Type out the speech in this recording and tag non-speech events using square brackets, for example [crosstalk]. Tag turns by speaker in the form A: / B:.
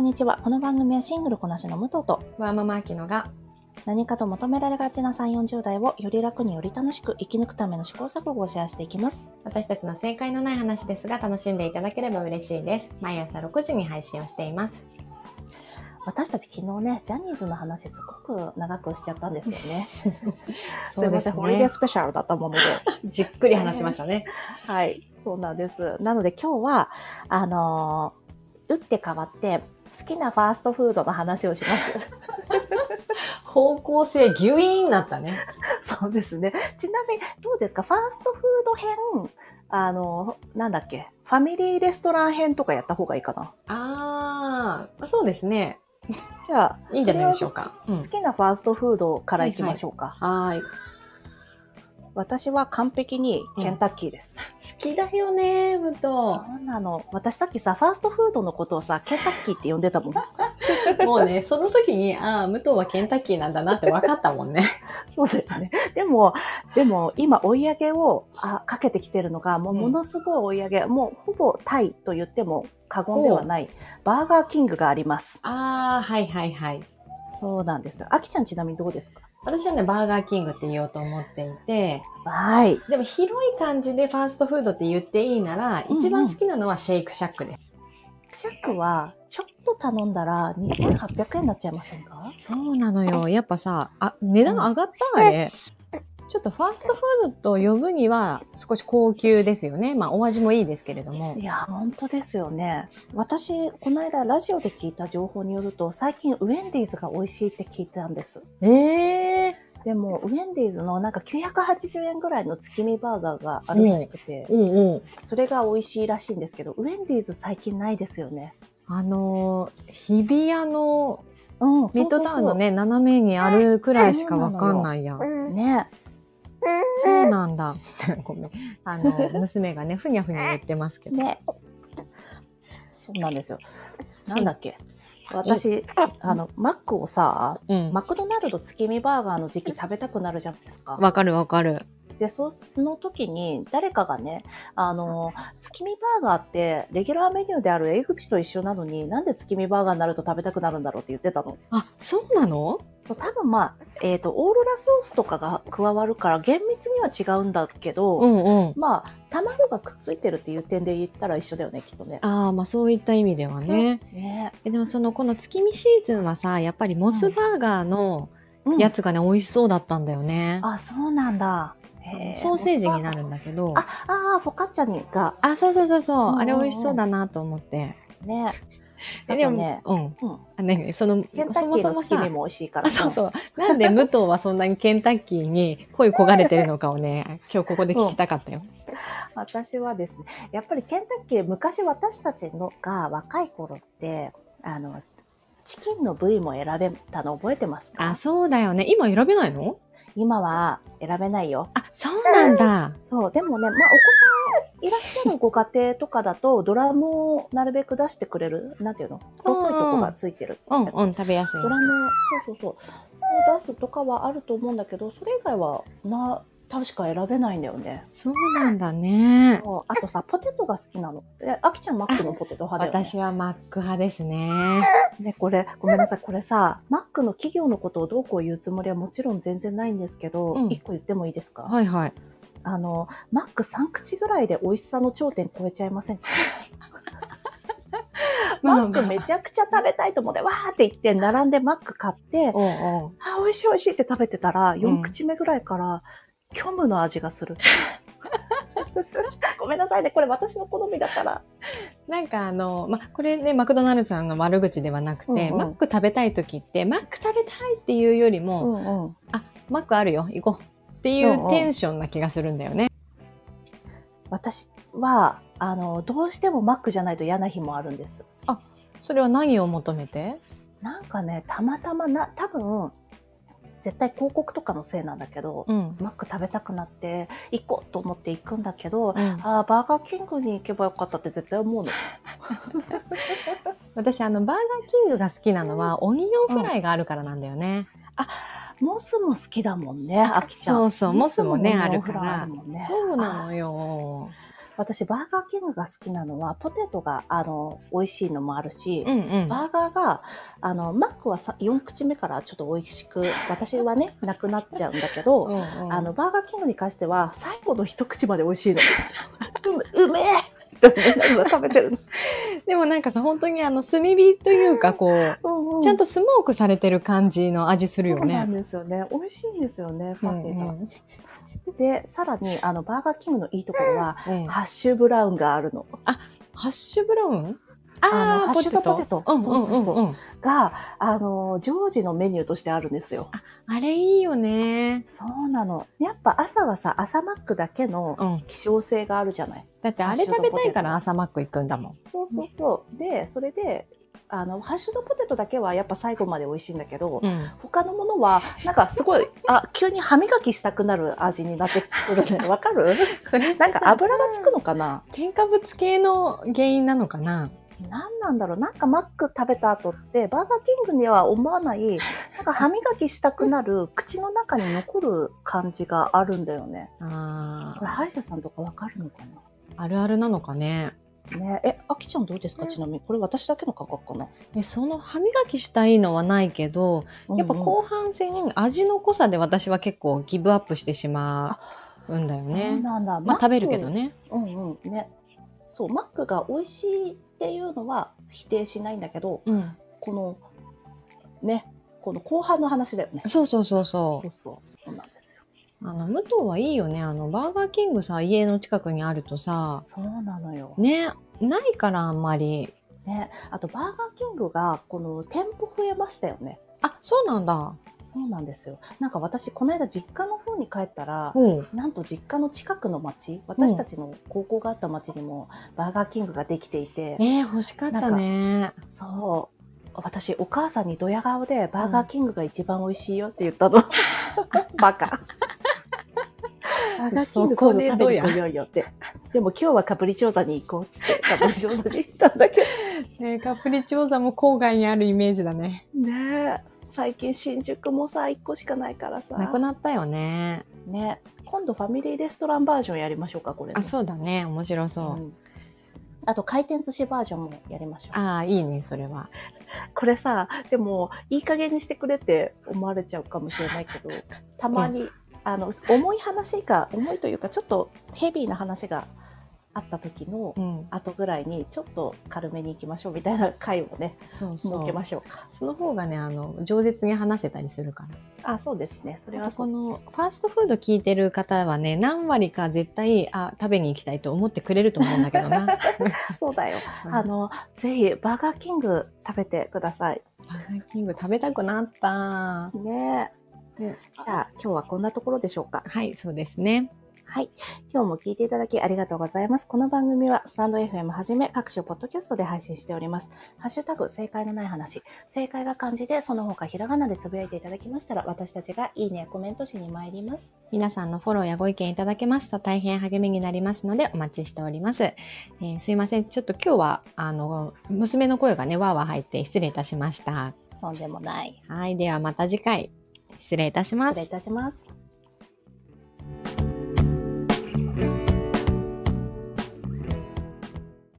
A: にちは。この番組はシングルこなしの武藤と
B: ワーママアキノが
A: 何かと求められがちな3、40代をより楽により楽しく生き抜くための試行錯誤をシェアしていきます。
B: 私たちの正解のない話ですが楽しんでいただければ嬉しいです。毎朝6時に配信をしています。
A: 私たち昨日ね、ジャニーズの話すごく長くしちゃったんですよね。
B: [laughs] そ
A: い
B: うです
A: ませんホリデー
B: ね。
A: スペシャルだったも
B: [laughs]
A: ので。
B: じっくり話しましたね。
A: はい、そうなんです。なので今日は、あのー打って変わって、好きなファーストフードの話をし
B: [laughs]
A: ます。
B: [laughs] 方向性ギュイーンなったね。
A: そうですね。ちなみに、どうですかファーストフード編、あのーなんだっけ、ファミリーレストラン編とかやった方がいいかな。
B: あー、そうですね。
A: じゃあ、
B: いいんじゃないでしょうか。う
A: 好
B: ん、
A: きなファーストフードからいきましょうか。
B: はーい。好
A: 私は完璧にケンタッキーです。
B: きだよね、武藤。
A: そうなの。私さっきさ、ファーストフードのことをさ、ケンタッキーって呼んでた [laughs] もん。
B: も [laughs] うね、その時に、あー、武藤はケンタッキーなんだなって分かったもんね。
A: そうですね。でも、でも今追い上げをあかけてきてるのが、もう
B: うん
A: ものすごい追い上げ、もうほぼタイと言っても過言ではない、バーガーキングがあります。
B: [laughs] あー、はいはいはい。
A: そうなんですよ。あきちゃんちなみにどうですか
B: 私はね、バーガーキングって言おうと思っていて、
A: はい。
B: でも広い感じでファーストフードって言っていいなら、
A: うんうん
B: 一番好きなのはシェイクシャックです。
A: シャックは、ちょっと頼んだら2800円になっちゃいませんか
B: そうなのよ。やっぱさ、あ、値段上がったわね。ちょっとファーストフードと呼ぶには少し高級ですよね。まあお味もいいですけれども
A: い。や、本当ですよね。私、この間ラジオで聞いた情報によると、最近ウェンディーズが美味しいって聞いたんです。
B: ええ
A: でも、ウェンディーズのなんか980円ぐらいの月見バーガーがあるらしくて、
B: うんうん。
A: それが美味しいらしいんですけど、ウェンディーズ最近ないですよね。
B: あのー日比谷の
A: うん、
B: ミッドタウンのね、斜めにあるくらいしかわかんない
A: そ
B: や。
A: うそうそう。ね。
B: そうなんだ。 [laughs] ごめん。あの、娘がね、ふにゃふにゃ言ってますけど。
A: ね。そうなんですよ。なんだっけ。私、あの、マックをさ、
B: うん。
A: マクドナルド月見バーガーの時期食べたくなるじゃないですか。
B: わかるわかる。
A: で、その時に誰かがね、あの、月見バーガーってレギュラーメニューである江口と一緒なのに、なんで月見バーガーになると食べたくなるんだろうって言ってたの。
B: あ、そうなの
A: そう、多分まあ、えっ、と、オーロラソースとかが加わるから厳密には違うんだけど、
B: んうん。
A: まあ、卵がくっついてるっていう点で言ったら一緒だよね、きっとね。
B: ああ、まあそういった意味ではね。
A: ね
B: えでもその、この月見シーズンはさ、やっぱりモスバーガーの
A: うん
B: やつがね、美味しそうだったんだよね。
A: あ、そうなんだ。へー
B: ソーセージになるんだけど。
A: あ、あー、フォカッチャにが、
B: あ、そうそうそうそう、
A: うんうんうん
B: あれ美味しそうだなと思って。
A: ね。
B: え
A: あ
B: で
A: と
B: も、
A: ね、
B: うん。
A: うん。
B: あね、その
A: ケン、タ
B: そ
A: ッ
B: も
A: キー
B: そ
A: の
B: も
A: 月見
B: さ、
A: も美味しいから
B: あそうそう。なんで武藤はそんなにケンタッキーに恋焦がれてるのかをね、 [laughs] 今日ここで聞きたかったよ。
A: 私はですね、やっぱりケンタッキー、昔私たちのが若い頃って、あの、チキンの部位も選べたの覚えてます
B: あ、
A: か
B: そうだよね。今選べないの
A: 今は選べないよ。
B: あ、そうなんだ。
A: そう、でもね、まあ、お子さんいらっしゃるご家庭とかだと、ドラムをなるべく出してくれる、なんていうの細いとこがついてる
B: うん
A: やつ。
B: うん、食べやすい。
A: ドラム、そうそうそう、を出すとかはあると思うんだけど、それ以外は、な、確か選べないんだよね。
B: そうなんだね。
A: そうあとさ、ポテトが好きなの。え、あきちゃんマックのポテト派だよね。
B: 私はマック派ですね。
A: ね、これ、ごめんなさい、これさ、マックの企業のことをどうこう言うつもりはもちろん全然ないんですけど、
B: うん
A: 一個言ってもいいですか、
B: はいはい。
A: あの、マック3口ぐらいで美味しさの頂点超えちゃいませんかマックめちゃくちゃ食べたいと思って、わーって言って、並んでマック買って、
B: おうおう
A: あ、美味しい美味しいって食べてたら、4口目ぐらいから、虚無の味がす
B: [laughs]
A: る。ごめんなさいね、これ私の好みだから。
B: なんかあの、ま、これね、マクドナルドさんの悪口ではなくて、
A: うんうん
B: マック食べたい時って、マック食べたいっていうよりも、
A: んうん。
B: あ、マックあるよ、行こう。ってい
A: んう
B: うんうテンションな気がするんだよね。
A: 私は、あの、どうしてもマックじゃないと嫌な日もあるんです。
B: それは何を求めて
A: なんかね、たまたまな、多分、絶対広告とかのせいなんだけど、
B: うん。
A: マック食べたくなって、行こうと思って行くんだけど、
B: うん、
A: ああ、バーガーキングに行けばよかったって絶対思うの。
B: 私あのバーガーキングが好きなのはオニオンフライがあるからなんだよね、
A: モスも好きだもんね、あきちゃん。
B: そうそうモスもね
A: モ
B: あるから
A: オフラーあるもんね
B: そうなのよ
A: 私、バーガーキングが好きなのは、ポテトが、あの、美味しいのもあるし、
B: うんうん。
A: バーガーが、あの、マックはさ4口目からちょっと美味しく、私はね、なくなっちゃうんだけど、
B: うんうん
A: あの、バーガーキングに関しては、最後の一口まで美味しいの。ううめえって思いながら食べてるの。
B: でもなんかさ、本当にあの、炭火というか、こう、
A: うう
B: ちゃんとスモークされてる感じの味するよ
A: そうな
B: ね
A: ん。ですよね。美味しいんですよね、
B: う
A: パ
B: ん
A: テ
B: う
A: が。
B: ん
A: で、さらに、あの、バーガーキングのいいところは、
B: うん
A: ハッシュブラウンがあるの。
B: ハッシュブラウン
A: あ
B: ー
A: のハッシュドポテト
B: うんうんうん
A: そう
B: う
A: そ
B: ん。
A: が、あの、ジョージのメニューとしてあるんですよ。
B: あれいいよね。
A: そうなの。やっぱ朝はさ、朝マックだけの
B: うん。
A: 希少性があるじゃない。
B: だってあれ食べたいから朝マック行くんだもん。
A: そうそうそう。で、それで、あの、ハッシュドポテトだけはやっぱ最後まで美味しいんだけど、
B: うん。
A: 他のものは、なんかすごい、あ、急に歯磨きしたくなる味になってくる
B: [laughs]
A: ね。わかる
B: それ
A: なんか油がつくのかな
B: 添加物系の原因なのかな
A: 何なんだろうなんかマック食べた後ってバーガーキングには思わないなんか歯磨きしたくなる口の中に残る感じがあるんだよね
B: あ
A: これ
B: ー
A: 歯医者さんとかわかるのか
B: あるあるなのかね。
A: なねえあきちゃんどうですかちなみにこれ私だけの感覚かな
B: えその歯磨きしたいのはないけど、やっぱ後半戦、味の濃さで私は結構ギブアップしてしまうんだよ
A: うんうんそう
B: ね。
A: なんだ
B: ま
A: マッ
B: あ
A: ク
B: 食べるけどね。
A: うんうんねそうマックが美味しいっていうのは否定しないんだけど
B: うん。
A: このねこの後半の話だよね
B: そうそうそうそう
A: そう。そうそうなんですよ
B: あの、武藤はいいよね。あの、バーガーキングさ、家の近くにあるとさ、
A: そうなのよ
B: ね、ないからあんまり。
A: ね、あとバーガーキングがこの店舗増えましたよね。
B: あ、そうなんだ。
A: そうなんですよ。なんか私この間実家の方に帰ったら、
B: うん。
A: なんと実家の近くの町、私たちの高校があった町にもバーガーキングができていて、
B: えー、欲しかったね。
A: そう。私、お母さんにドヤ顔で、バーガーキングが一番美味しいよって言った
B: [laughs]
A: の。バカ。バーガーキング
B: そこ
A: 今度
B: で
A: 食べに来ようよって。でも今日はカプリチョーザに行こうっつって、カプリチョーザに行ったんだけど。
B: えー、カプリチョーザも郊外にあるイメージだね。
A: ねえ最近新宿もさ1個しかないからさ
B: なくなったよね。
A: ね今度ファミリーレストランバージョンやりましょうかこれね、
B: あ、そうだね。面白そう。
A: んあと回転寿司バージョンもやりましょう
B: ああ、いいね、それは。
A: これさでもいい加減にしてくれって思われちゃうかもしれないけどたまに、あの重い話が重いというかちょっとヘビーな話があった時の
B: うん。
A: 後ぐらいにちょっと軽めに行きましょうみたいな回をね
B: そう
A: 設
B: そ
A: け
B: う
A: ま。しょうか
B: その方がね、あの、饒舌に話せたりするから。
A: あそうですねそれ
B: あ
A: は
B: とこ
A: そう
B: のファーストフード聞いてる方はね何割か絶対あ食べに行きたいと思ってくれると思うんだけど [laughs] な
A: そうだよ
B: うん
A: あの、ぜひ、バーガーキング食べてください。
B: バーガーキング食べたくなった
A: ね
B: ね
A: じゃあ、今日はこんなところでしょうか。
B: はいそうですね
A: はい。今日も聞いていただきありがとうございます。この番組は、スタンド FM はじめ、各種ポッドキャストで配信しております。ハッシュタグ、正解のない話。正解が漢字で、その他ひらがなでつぶやいていただきましたら、私たちがいいねやコメントしに参ります。
B: 皆さんのフォローやご意見いただけますと大変励みになりますのでお待ちしております、えーすいませんちょっと今日はあの娘の声がねわーわー入って失礼いたしました
A: とんでもない。
B: はいではまた次回失礼いたしま
A: 失
B: す
A: 礼いたします。